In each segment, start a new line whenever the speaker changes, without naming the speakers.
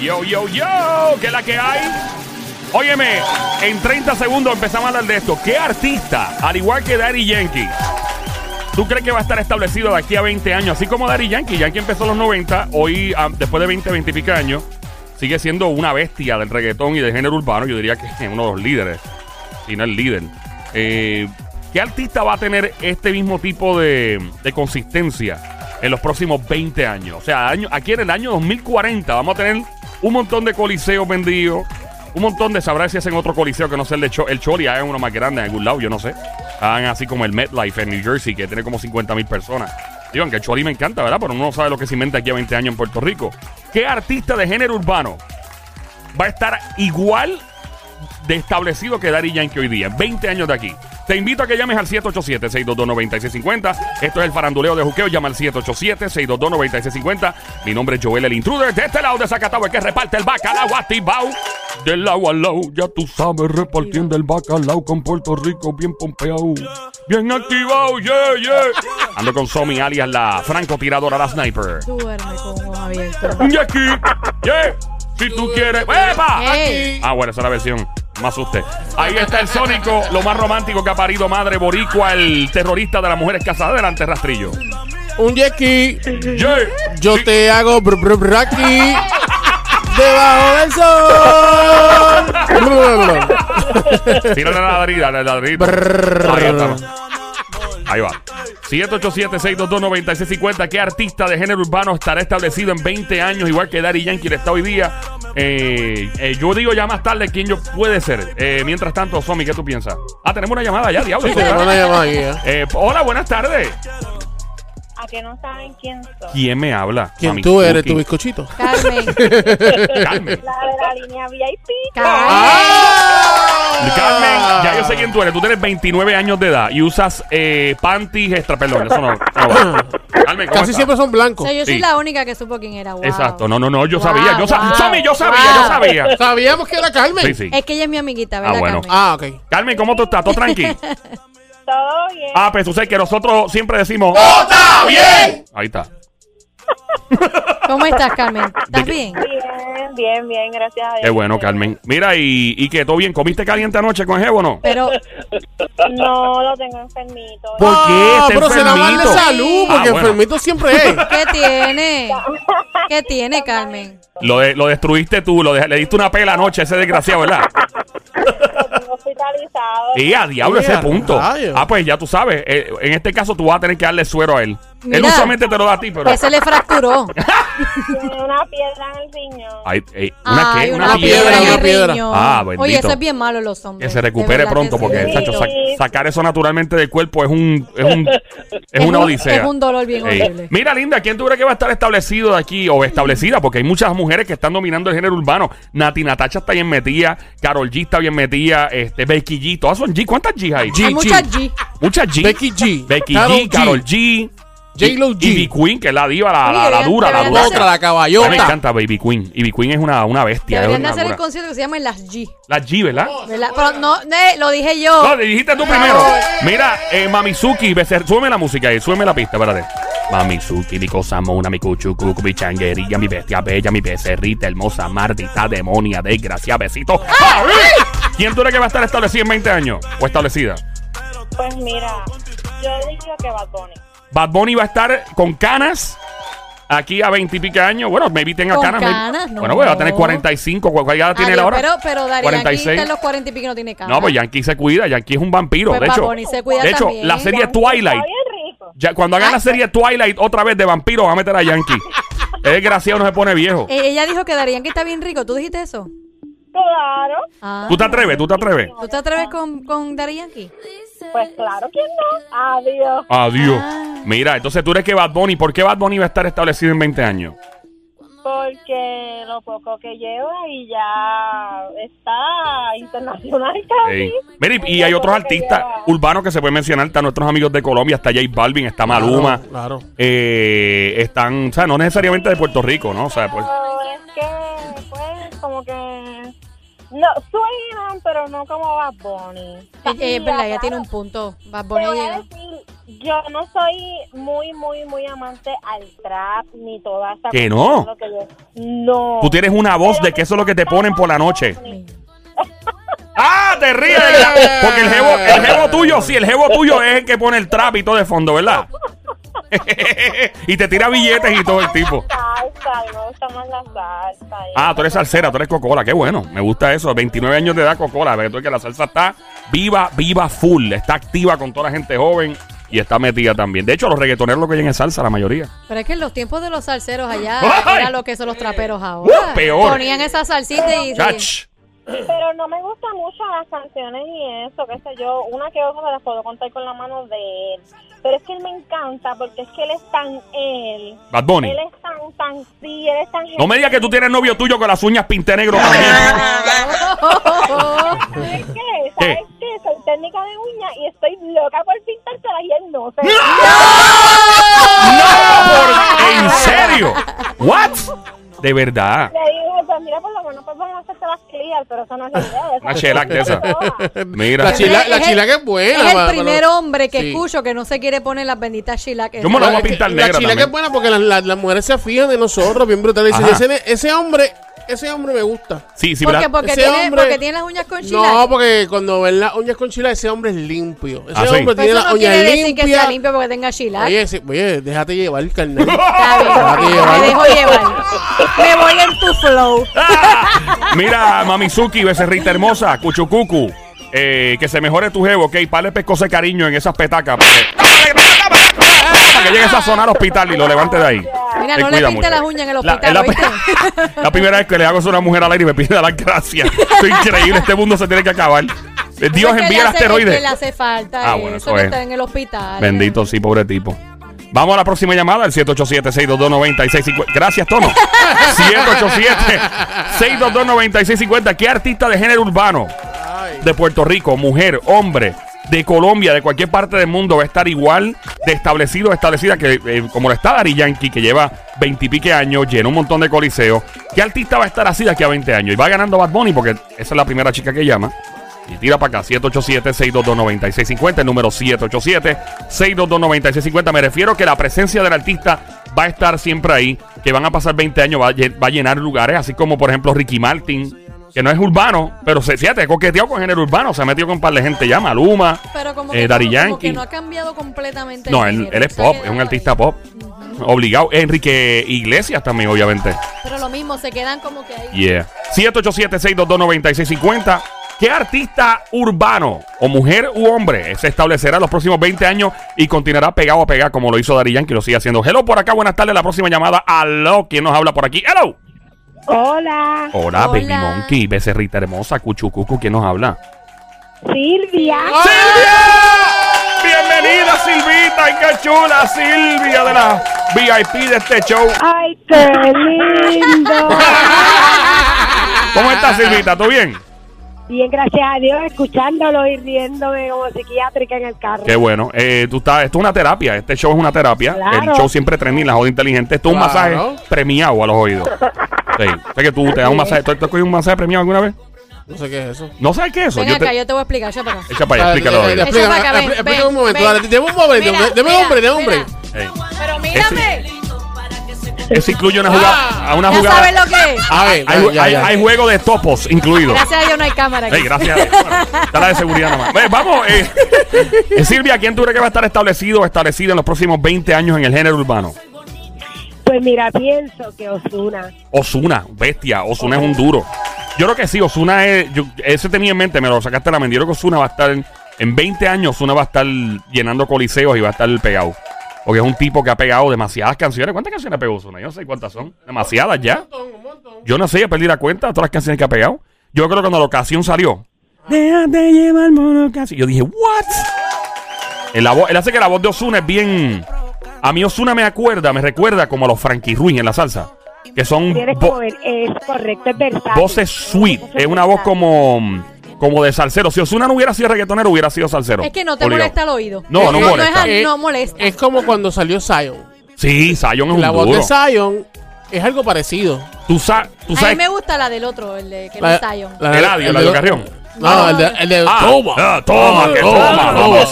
Yo, yo, yo, ¿qué es la que hay? Óyeme, en 30 segundos empezamos a hablar de esto. ¿Qué artista, al igual que Daddy Yankee, tú crees que va a estar establecido de aquí a 20 años? Así como Daddy Yankee, Yankee empezó en los 90, hoy, ah, después de 20, 20 y pico años, sigue siendo una bestia del reggaetón y del género urbano. Yo diría que es uno de los líderes, si no el líder. Eh, ¿Qué artista va a tener este mismo tipo de, de consistencia en los próximos 20 años? O sea, año- aquí en el año 2040 vamos a tener un montón de coliseos vendidos, un montón de sabrá si hacen otro coliseo que no sea el de Cho- el Choli, hagan uno más grande en algún lado, yo no sé. Hagan así como el MetLife en New Jersey, que tiene como 50 mil personas. Digo, aunque el Choli me encanta, ¿verdad? Pero uno no sabe lo que se inventa aquí a 20 años en Puerto Rico. ¿Qué artista de género urbano va a estar igual de establecido que Daddy Yankee hoy día, 20 años de aquí. Te invito a que llames al 787-622-9650. Esto es el faranduleo de juqueo. Llama al 787-622-9650. Mi nombre es Joel el Intruder. De este lado de Zacatau, el que reparte el bacalao atibao. Del agua al lado, ya tú sabes, repartiendo el bacalao con Puerto Rico, bien pompeado. Bien activado, yeah, yeah. Ando con Somi, alias la francotiradora, la sniper.
Duerme con ojos abiertos.
Y aquí, yeah. Si tú quieres. ¡Epa!
Ey.
Ah, bueno, esa es la versión. Más usted. Ahí está el Sónico, lo más romántico que ha parido madre boricua, el terrorista de las mujeres casadas delante rastrillo.
Un yeki,
Yeah.
yo
Sí.
te hago br br br aquí, debajo del sol.
Tírale la ladrida, la ladrida.
Brrr.
Ahí está. Ahí va. 787-622-9650. ¿Qué artista de género urbano estará establecido en 20 años, igual que Daddy Yankee le está hoy día? Eh, eh, yo digo ya más tarde quién yo puede ser. Eh, mientras tanto, Somi, ¿qué tú piensas? Ah, tenemos una llamada ya, diablo.
Tengo una llamada aquí, ¿eh?
Eh, hola, buenas tardes.
a que no saben quién soy.
¿Quién me habla?
¿Quién
Mami
tú eres,
Cookie.
tu bizcochito?
Carmen.
Carmen.
La de la línea VIP.
Carmen.
Ah. Carmen, ya yo sé quién tú eres. Tú tienes 29 años de edad y usas eh, panties extra. Perdón, eso no, no va. Carmen, ¿cómo
Casi
estás?
siempre son
O
blancos.
sea, yo
Sí.
soy la única que supo quién era. Wow.
Exacto. No, no, no. Yo
Wow,
sabía. Yo sabía.
wow,
Somi, yo sabía. Yo
wow.
sabía.
Sabíamos que era Carmen.
Sí, sí.
Es que ella es mi amiguita, ¿verdad,
Ah, bueno.
Carmen?
Ah, ok.
Carmen, ¿cómo tú estás? ¿Todo tranqui?
Todo bien.
Ah, pues tú sabes que nosotros siempre decimos...
¡Está bien!
Ahí está.
¿Cómo estás, Carmen? ¿Estás
Ah. qué-
bien?
Bien, bien, bien, gracias a Dios.
Qué bueno, Carmen. Mira, y, y que todo bien. ¿Comiste caliente anoche con Jevo o no?
Pero,
No, lo tengo enfermito.
¿Por qué?
Ah,
Está
pero será mal de
enfermito.
salud, porque
Ah, bueno.
enfermito siempre es.
¿qué tiene? ¿Qué tiene, Carmen?
Lo, de- lo destruiste tú. Lo de- le diste una pela anoche a ese desgraciado, ¿verdad?
Lo tengo hospitalizado.
Y a diablo
Ea,
ese punto.
rayos.
Ah, pues ya tú sabes. eh, en este caso tú vas a tener que darle suero a él. él
Mira.
usualmente te lo da a ti, pero.
Que se le fracturó.
Tiene una piedra en el riñón.
Ay, ey, ¿Una
Ay,
qué?
una,
Una piedra,
piedra, en
una
el
piedra.
riñón.
Ah, bendito.
Oye, eso es bien malo en los hombres.
Que se
de
recupere
verdad que
pronto, porque
sí.
chacho,
exacto,
sa-
Sí.
sacar eso naturalmente del cuerpo es un es un es,
Es
una
un-
odisea.
es un dolor bien
Ey.
horrible.
Mira, Linda, ¿quién tú crees que va a estar establecido de aquí o establecida? Porque hay muchas mujeres que están dominando el género urbano. Nati Natacha está bien metida, Carol G está bien metida, este Becky G, todas son G. ¿Cuántas G hay?
G.
Hay muchas G.
Muchas G.
Becky G.
Becky
Karol
G, Carol G.
J-Lo
y-
G.
Ivy Queen, que es la diva, la,
Oye,
la, la
deberían-
dura, la
deberían
dura.
hacer-
Otra, la
A mí me
caballota.
encanta Baby Queen. Baby Queen es una, una bestia. es
Deberían de
una
hacer el
dura.
concierto que se llama Las G.
La G, ¿verdad?
¿Verdad? Pero no, eh, lo dije yo.
No, dijiste tú primero. Mira, eh, Mamizuki, Becer- súbeme la música ahí, súbeme la pista, espérate. Mamizuki, mi cosa mona, mi cuchucu, mi changuería, mi bestia bella, mi becerrita hermosa, mardita, demonia, desgracia, besito. ¡Ay! ¿Quién tú crees que va a estar establecida en 20 años? ¿O establecida?
Pues mira, yo digo que Bad Bunny.
Bad Bunny va a estar con canas aquí a 20 y pica años. Bueno, maybe tenga
Con
canas. maybe-
canas, no.
Bueno, pues va a tener 45, ¿cuál ya tiene
Adiós,
la hora?
Pero, pero Darío, aquí
46.
está en los 40 y pico y no tiene cara.
No, pues Yankee se cuida, Yankee es un vampiro.
Pues
de
Bad
hecho,
Bunny se cuida
de hecho
también.
la serie
Yankee
Twilight.
Está bien rico.
Ya, cuando hagan
Ay,
la serie Twilight otra vez de vampiros, va a meter a Yankee. es desgraciado, no se pone viejo.
Eh, ella dijo que Darían que está bien rico. ¿Tú dijiste eso?
Claro.
Ah.
¿Tú te atreves? ¿Tú te atreves?
¿Tú te atreves con, con Daddy Yankee?
Pues claro que no. Adiós.
Adiós.
Ah.
Mira, entonces tú eres que Bad Bunny, ¿por qué Bad Bunny va a estar establecido en 20 años?
Porque lo poco que lleva y ya está internacional casi.
Ey. Mira, y, y hay
Lo
otros
poco que
artistas
lleva.
urbanos que se pueden mencionar, están nuestros amigos de Colombia, está J Balvin, está Maluma,
Claro, claro.
Eh, están, o sea, no necesariamente de Puerto Rico, ¿no? O sea, pues,
Pero es que, pues, como que. No, suenan, pero no como Bad Bunny.
Eh, eh, es verdad, ella
Claro.
tiene un punto. Bad
Te
Bunny
voy a
llega.
decir, Yo no soy muy, muy, muy amante al trap ni toda esa
¿Que
cosa,
no?
lo que yo- No.
Tú tienes una voz
Pero
de que
me
eso es lo que te
encantan
ponen por la noche.
canciones.
¡Ah! Te ríes, ¿verdad? Porque el jevo, el jevo tuyo, sí, el jevo tuyo es el que pone el trap y todo de fondo, ¿verdad? y te tira billetes y todo el tipo.
Salsa, me gusta más la salsa.
Ah, tú eres salsera, tú eres Coca-Cola, qué bueno, me gusta eso. 29 años de edad Coca-Cola, pero tú que la salsa está viva, viva full, está activa con toda la gente joven y está metida también. De hecho, los reggaetoneros lo que oyen es salsa, la mayoría.
Pero es que en los tiempos de los salseros allá
¡Ay!
era lo que son los traperos ahora.
¡Uh, peor!
Ponían esa salsita y
Chach.
Pero no me gustan mucho las canciones y eso, qué sé yo. Una que otra me las puedo contar con la mano de él. Pero es que él me encanta porque es que él es tan él.
Bad Bunny.
Él es tan, tan, sí, él es tan...
No me digas que tú tienes novio tuyo con las uñas pinté negro también.
¿Sabes qué? ¿Sabes qué? Soy técnica de uña y estoy loca por pintárselas y él no se...
¡No! por- ¿En serio? ¿What? De verdad.
Le digo, pues mira, por lo menos pues vamos a hacerte las clear, pero eso no es la idea.
Una shellac de esa. Mira.
La chila, la
Es el-
chila que es buena.
Es el
mano.
primer hombre que
Sí.
escucho que no se quiere poner las benditas shellac.
Yo me la voy a
Es que
pintar
La
negra
chila que es
también.
buena porque las, las- las mujeres se fijan de nosotros, bien brutal. Dicen,
Ajá.
ese, ese hombre, ese hombre me gusta.
Sí, sí,
¿Por
¿verdad?
qué? Porque
Ese
tiene,
hombre-
porque tiene las uñas con shellac.
No, porque cuando ven las uñas con chila, ese hombre es limpio. Ese
Ah, sí.
hombre
Pues
tiene
eso
las
no
uñas
quiere decir que sea
limpias.
limpio porque tenga shellac.
Oye, sí, oye, déjate llevar, carnal.
Está bien,
Déjate
me dejo
llevar.
llevar. Me voy en tu flow.
Ah, Mira, Mamizuki, becerrita hermosa, cuchucucu. eh, que se mejore tu jevo, ok. Pale pescosa de cariño en esas petacas. Porque... Para que llegue esa zona al hospital y lo levante de ahí.
Mira,
Te
no le
cuida
pinte
mucho.
las uñas en el
La-
hospital,
es la,
¿oíste?
la primera vez que le hago eso a una mujer al aire y me pide las gracias. Esto es increíble, este mundo se tiene que acabar. Dios
Es que le
envía el
hace- es
asteroide.
que le hace falta
Ah, bueno,
eso,
eso
que
es.
está en el hospital. Eh,
Bendito, sí, pobre tipo. Vamos a la próxima llamada, el 787-622-9650. Gracias, Tono. 787-622-9650. ¿Qué artista de género urbano
Ay.
de Puerto Rico, mujer, hombre, de Colombia, de cualquier parte del mundo, va a estar igual de establecido o establecida que eh, como lo está Dari Yankee, que lleva veintipique años, llenó un montón de coliseos? ¿Qué artista va a estar así de aquí a 20 años? Y va ganando Bad Bunny porque esa es la primera chica que llama. Y tira para acá, 787-622-9650, el número 787-622-9650. Me refiero que la presencia del artista va a estar siempre ahí, que van a pasar 20 años, va a, lle- va a llenar lugares, así como por ejemplo Ricky Martin, que no es urbano, pero se, fíjate, coqueteó con género urbano, se ha metido con un par de gente ya, Maluma,
Pero como,
eh,
que,
Daddy
como
Yankee.
que no ha cambiado completamente. el
No, él,
género,
él es
se ha
pop, es
quedado
un
ahí.
artista pop, obligado. Enrique Iglesias también, obviamente.
Pero lo mismo, se quedan como que ahí.
Yeah. 787-622-9650. ¿Qué artista urbano o mujer u hombre se establecerá los próximos 20 años y continuará pegado a pegar como lo hizo Dari Yankee? Lo sigue haciendo. Hello por acá, buenas tardes. La próxima llamada. Aló, ¿quién nos habla por aquí? Hello.
Hola,
Hola,
Hola.
Baby Monkey, becerrita hermosa, cuchucucu, ¿quién nos habla?
Silvia.
¡Ah! ¡Silvia! Bienvenida, Silvita, ¡Ay, qué chula, Silvia de la VIP de este show.
Ay, qué lindo.
¿Cómo
Ah.
estás, Silvita? ¿Todo bien?
Bien, gracias a Dios, escuchándolo y riéndome como psiquiátrica en el carro.
Qué bueno. Eh, tú estás, esto es una terapia. Este show es una terapia.
Claro.
El show siempre trending, la joda inteligente. Esto es un
Claro.
masaje premiado a los oídos. Sí. Sé que tú te das un masaje. ¿Tú tú has cogido un masaje premiado alguna vez?
No sé qué es eso.
No sabes qué es eso.
Ven
Yo
acá,
te-
yo te voy a explicar, ya para acá.
Echa para allá, explícalo.
Ah,
a los oídos.
Eso es para acá, ven,
Explícame
ven,
un momento,
ven.
dale, deme un momento,
Mira,
deme un
mira,
hombre, deme un
mira.
hombre.
Ey.
Pero mírame,
Eso incluye una jugada. a una
Ah, ya
jugada.
sabes lo que
Ah,
es.
A ver,
Hay,
ya, ya,
hay-
ya.
hay juego de topos incluido.
Gracias a Dios no hay cámara aquí.
Ey, gracias. a Dios. Bueno, está la de seguridad nomás. Ve, vamos. eh. Eh, Silvia, ¿quién tú crees que va a estar establecido o establecida en los próximos 20 años en el género urbano?
Pues mira, pienso que Osuna.
Osuna, bestia. Osuna es un duro. Yo creo que sí, Osuna es. yo- ese tenía en mente, me lo sacaste de la mente. Yo creo que Osuna va a estar. En 20 años, Osuna va a estar llenando coliseos y va a estar pegado. Porque es un tipo que ha pegado demasiadas canciones. ¿Cuántas canciones pegó Osuna? Yo no sé cuántas son. Demasiadas ya. Yo no sé, ya perdí la cuenta de todas las canciones que ha pegado. Yo creo que cuando la ocasión salió. Déjate llevar por la ocasión. Yo dije, ¿what? En la voz- él hace que la voz de Osuna es bien. A mí Osuna me acuerda, me recuerda como a los Frankie Ruiz en la salsa. Que son
Tienes
vo-
joven, es correcto, es versátil.
voces sweet. Es una voz como. Como de salsero. Si Osuna no hubiera sido reggaetonero, hubiera sido salsero.
Es que no te
Obligado.
molesta el oído.
No, no
es-
molesta.
es-
Eh,
no molesta.
Es como cuando salió Zion.
Sí, Zion es un
La voz
duro.
de Zion es algo parecido.
Tú, sa- tú
A mí
sabes.
me gusta la del otro, el de que no
La-
es Zion.
la-
El Eladio,
Ah, el
Eladio
de-
Carrión.
No, el de. El de
Ah,
toma.
ah, toma, que toma,
toma.
mamacita,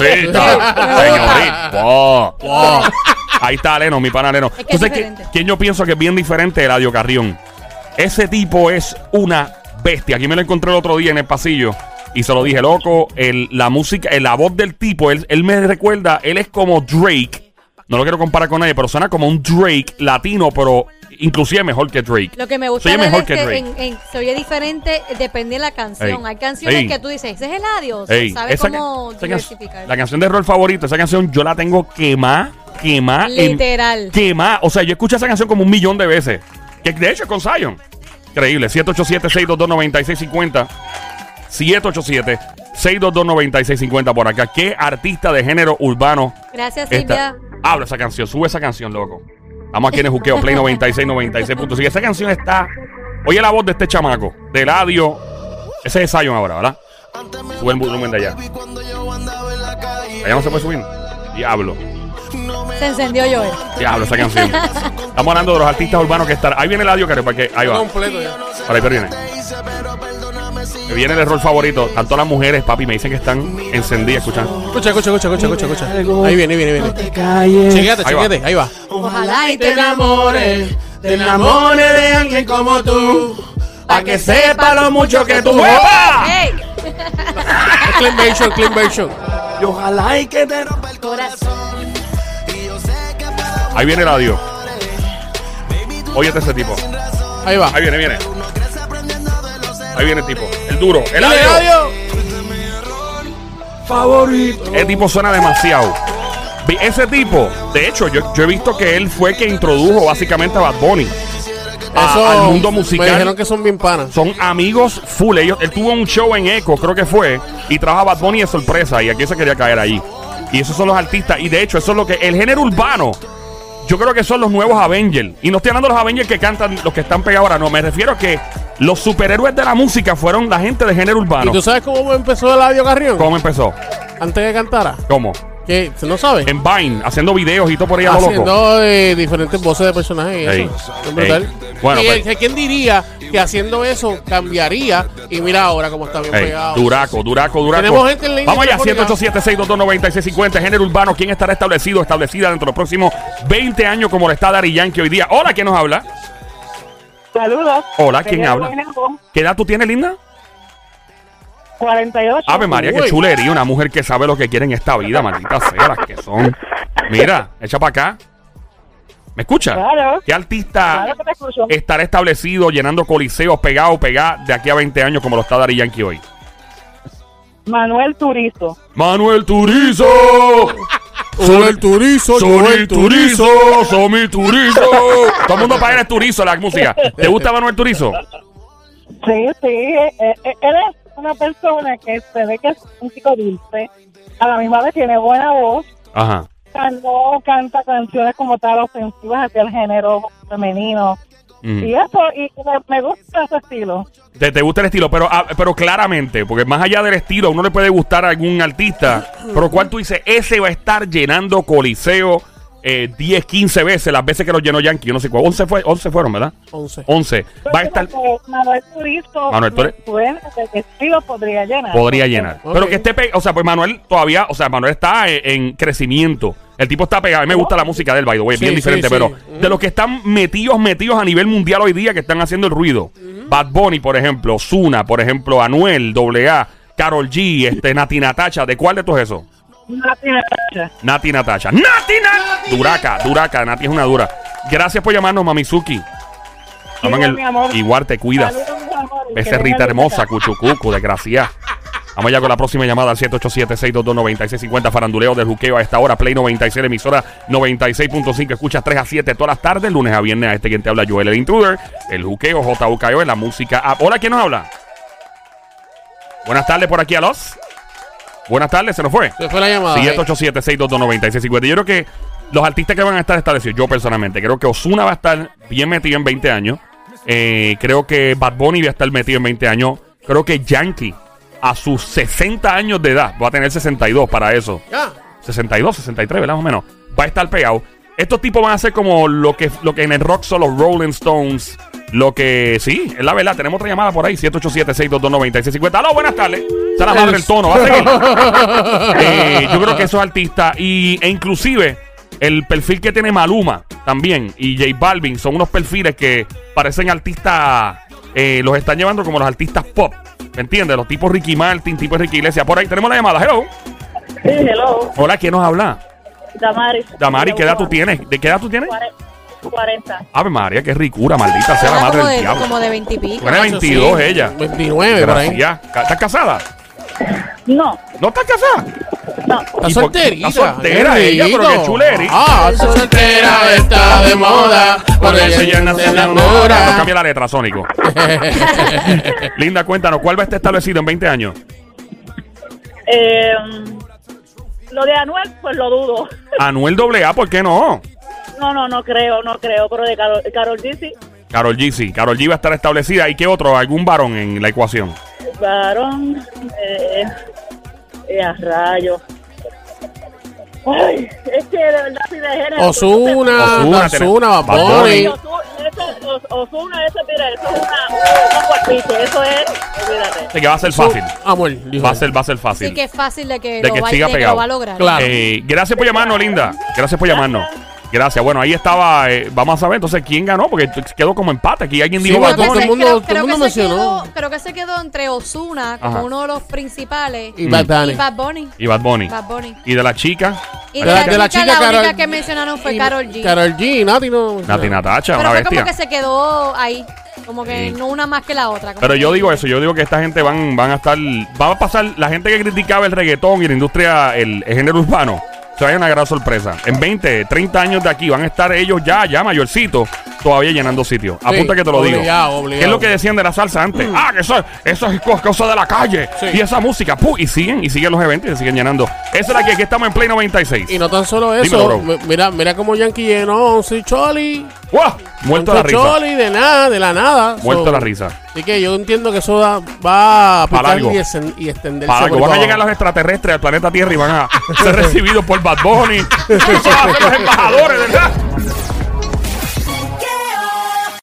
señorita. Wow.
Wow.
Ahí está Leno, mi pana Leno.
que es
Entonces, ¿qui-
diferente.
¿quién yo pienso que es bien diferente? Eladio Carrión. Ese tipo es una bestia. Aquí me lo encontré el otro día en el pasillo y se lo dije, loco, el- la música, el- la voz del tipo, él, él me recuerda, él es como Drake. No lo quiero comparar con nadie, pero suena como un Drake latino, pero inclusive mejor que Drake.
Lo que me gusta
Soy
de él
mejor
es
que
que,
Drake.
en- en- se oye diferente eh, depende de la canción.
Ey.
Hay canciones
Ey.
que tú dices, ese es el adiós.
Ey,
¿Sabes
esa
cómo
ca- esa can-
diversificar?
La canción de rol favorito, esa canción yo la tengo quemada, quemada. en-
Literal.
Quemada. O sea, yo escuché esa canción como un millón de veces. Que de hecho es con Zion. Increíble. 787-622-9650. 787-622-9650 por acá. ¿Qué artista de género urbano
Gracias,
esta?
Silvia.
Habla esa canción, sube esa canción, loco. Estamos aquí en el Juqueo Play 96, 96.5. Esa canción está. Oye la voz de este chamaco, de Eladio. Ese es Zion ahora, ¿verdad? Sube el volumen de allá. Allá no se puede subir. Diablo.
Se encendió Joel.
Diablo, esa canción. Estamos hablando de los artistas urbanos que están. Ahí viene Eladio Carrión, para que. Ahí va.
completo ya.
Por ahí, pero viene. Me Viene el error favorito. Tanto las mujeres, papi, me dicen que están encendidas escuchando.
Escucha, escucha, escucha, escucha, escucha, escucha. Ahí viene, ahí viene, ahí viene. Chequéate,
Ahí va.
chequéate, ahí va.
Ojalá este y
te enamores, te enamores de alguien como tú, pa' que sepa lo mucho que tú
¡Hueva!
¡Ey!
Clean version, clean version.
Y ojalá y que te rompa el corazón.
Ahí viene Eladio. Óyete ese tipo.
Ahí va.
Ahí viene, viene. Ahí viene el tipo. El duro. El
Dale,
audio.
adiós.
Favorito.
El tipo suena demasiado. Vi- Ese tipo, de hecho, yo, yo he visto que él fue que introdujo básicamente a Bad Bunny. a-
Eso
Ah, al mundo musical.
Me dijeron que son bien panas.
Son amigos full. Ellos, él tuvo un show en Echo, creo que fue, y trajo a Bad Bunny de sorpresa. Y aquí se quería caer ahí. Y esos son los artistas. Y de hecho, eso es lo que. El género urbano. Yo creo que son los nuevos Avengers. Y no estoy hablando de los Avengers que cantan, los que están pegados ahora. No, me refiero a que los superhéroes de la música fueron la gente de género
¿Y
urbano.
tú sabes cómo empezó Eladio Carrión?
¿Cómo empezó?
Antes que cantara.
¿Cómo?
¿Qué? ¿No sabes?
En Vine, haciendo videos y todo por ahí a lo loco.
Haciendo eh, diferentes voces de personajes. y
Ey,
eso. Es brutal.
ey. Bueno,
Y,
pues-
eh, ¿Quién diría que haciendo eso cambiaría? Y mira ahora cómo está bien
Ey,
pegado.
duraco, Duraco, Duraco.
Tenemos gente en línea
Vamos allá,
telefónica.
787-622-9650. Género urbano, ¿quién estará establecido, establecida dentro de los próximos 20 años como lo está Dari Yankee hoy día? Hola, ¿quién nos habla?
Saludos.
Hola, ¿quién
Señora
habla?
Guaynabo,
¿Qué edad tú tienes, linda?
48.
Ave María, qué
Uy.
chulería. Una mujer que sabe lo que quiere en esta vida, maldita sea, las que son. Mira, echa para acá. ¿Me escucha?
Claro.
¿Qué Eh. artista
Claro que te escucho.
estará establecido llenando coliseos, pegado, pegado de aquí a 20 años como lo está Dari Yankee hoy?
Manuel Turizo.
Manuel Turizo.
Soy el turizo, yo
Soy
el turizo.
Turizo, soy mi Turizo. Todo el mundo para él es Turizo la música. ¿Te gusta Manuel Turizo?
Sí, sí. eh, eh, él es una persona que se ve que es un chico dulce. A la misma vez tiene buena voz.
Ajá.
can- No canta canciones como tal ofensivas hacia el género femenino.
Mm.
Y eso, y me, me gusta ese estilo.
¿Te, te gusta el estilo, pero, ah, pero claramente, porque más allá del estilo, a uno le puede gustar a algún artista, pero ¿cuál tú dices? Ese va a estar llenando Coliseo eh, 10, 15 veces, las veces que lo llenó Yankee, yo no sé cuál. 11, fue, 11 fueron, ¿verdad?
Once.
11. Va a estar,
Porque Manuel Turizo.
Manuel Turi-
me suena pues, que el estilo podría llenar.
podría llenar.
Ok.
Pero que esté pegado, o sea, pues Manuel todavía, o sea, Manuel está en, en crecimiento. El tipo está pegado, a mí me gusta la música del by the way,
Sí,
bien
sí,
diferente,
sí.
pero
Mm.
de los que están metidos, metidos a nivel mundial hoy día, que están haciendo el ruido. Bad Bunny, por ejemplo, Zuna, por ejemplo, Anuel, AA, Carol G, este, Nati Natacha, ¿de cuál de todos esos?
No tiene fecha.
Nati Natacha. ¡Nati Natacha! Duraca, Duraca, Nati es una dura. Gracias por llamarnos, Mamizuki. Aman el-
mi amor.
Igual te cuidas.
Saludos, mis amores, que
Becerrita
tengan
hermosa,
linda
cuchucucu, desgraciada. Vamos ya con la próxima llamada al 787-622-9650. Faranduleo del Juqueo a esta hora. Play 96, la emisora 96.5. Escuchas 3 a 7 todas las tardes, lunes a viernes. A este quien te habla, Joel el Intruder. El Juqueo, JUKO, E en la música. app. Hola, ¿quién nos habla? Buenas tardes por aquí a los. Buenas tardes, se nos fue.
Se fue la llamada. ahí.
787-622-9650. Yo creo que los artistas que van a estar establecidos, yo personalmente, creo que Osuna va a estar bien metido en 20 años. Eh, creo que Bad Bunny va a estar metido en 20 años. Creo que Yankee, a sus 60 años de edad, va a tener 62 para eso.
Ah,
62, 63, ¿verdad? Más o menos. Va a estar pegado. Estos tipos van a ser como lo que, lo que en el rock son los Rolling Stones, Lo que sí, es la verdad. Tenemos otra llamada por ahí, 787-622-9650. Aló, buenas tardes. Esa es la madre del tono, va a seguir. Eh, yo creo que esos artistas, y, e inclusive el perfil que tiene Maluma también y J Balvin, son unos perfiles que parecen artistas, eh, los están llevando como los artistas pop. ¿Me entiendes? Los tipos Ricky Martin, tipo Ricky Iglesias. Por ahí tenemos la llamada. Hello.
Sí, hello,
Hola, ¿quién nos habla?
Damari.
Damari, ¿qué edad tú tienes? ¿De qué edad tú tienes?
40.
Ave María, qué ricura, maldita sea la
Habla
madre
como,
del
de,
diablo.
como de 20 y pico.
Tiene
Eso
22
sí,
ella.
29 por ahí.
Gracias. Ca- ¿Estás casada?
No,
¿No estás casada?
no.
Está
¿Y por-
solterita.
está soltera
qué
ella, pero
rico.
qué chuleri.
Ah, está soltera está de moda. Por eso ya no se
No
enamora.
cambia la letra, Sónico. Linda, cuéntanos, ¿cuál va a estar establecido en 20 años?
Eh, lo de Anuel, pues lo dudo.
Anuel AA, ¿por qué no?
No, no, no creo, no creo. Pero de Carol, Carol G, sí.
Carol G, sí. Carol G va a estar establecida. ¿Y qué otro? ¿Algún varón en la ecuación?
Varón. Eh, eh, a rayo. Ay, es que de verdad, si de género.
Osuna,
Ozuna,
Osuna,
tenemos- Bad
Bad Bunny.
Bunny.
Osuna, eso, mira, eso es una, una cuerpita, eso es, olvídate.
Así que va a ser fácil.
Amor, dijo.
Va a ser, va a ser
Así
fácil.
que es fácil de que,
De
lo,
que
va,
siga
de que lo
pegado.
va a lograr.
Claro.
Eh, gracias por llamarnos, Linda. Gracias por llamarnos. Gracias. Bueno, ahí estaba. eh, vamos a saber entonces quién ganó, porque t- quedó como empate. Aquí alguien
Sí,
dijo
bueno,
Bad
Creo
Bunny.
que
todo el
se-
mundo-
creo-
todo el
creo
mundo
que se
mencionó.
quedó- Creo que se quedó entre Osuna
Ajá.
como uno de los principales
Y
mm.
Bad Bunny.
y Bad Bunny.
Y Bad Bunny.
Bad Bunny.
Y de la chica,
Y
De
de
la-
la,
de la
chica,
chica
la
Karol-
única que mencionaron fue Carol G.
Karol G, Nati no.
Nati Natacha,
Pero
una
fue
bestia.
como que se quedó ahí. Como que
Sí.
no una más que la otra. como
Pero
que-
yo digo eso, yo digo que esta gente van, van a estar, va a pasar, la gente que criticaba el reggaetón y la industria, el, el género urbano, se vayan a una gran sorpresa. En 20, 30 años de aquí van a estar ellos ya, ya mayorcitos, todavía llenando sitios. Apunta que te lo digo.
obligado, obligado. Mm.
¿Qué es lo que decían de la salsa antes? ah, que eso, eso es co- cosa de la calle.
Sí.
Y esa música, ¡pum! y siguen, y siguen los eventos y se siguen llenando. Esa es la que aquí estamos en Play 96.
Y no tan solo eso,
Dímelo, bro.
mi- mira, mira cómo Yankee llenó 11 choli.
¡Wow! Muerto de la
Once
risa.
choli de nada, de la nada.
Muerto
So,
la risa.
Así que yo entiendo que eso da- va a
Para
picar y,
largo.
exen- y extenderse.
Para
por
que van a
todo.
llegar los extraterrestres al planeta Tierra y van a ser recibidos por Bad Bunny. Eso van a ser los embajadores, ¿verdad?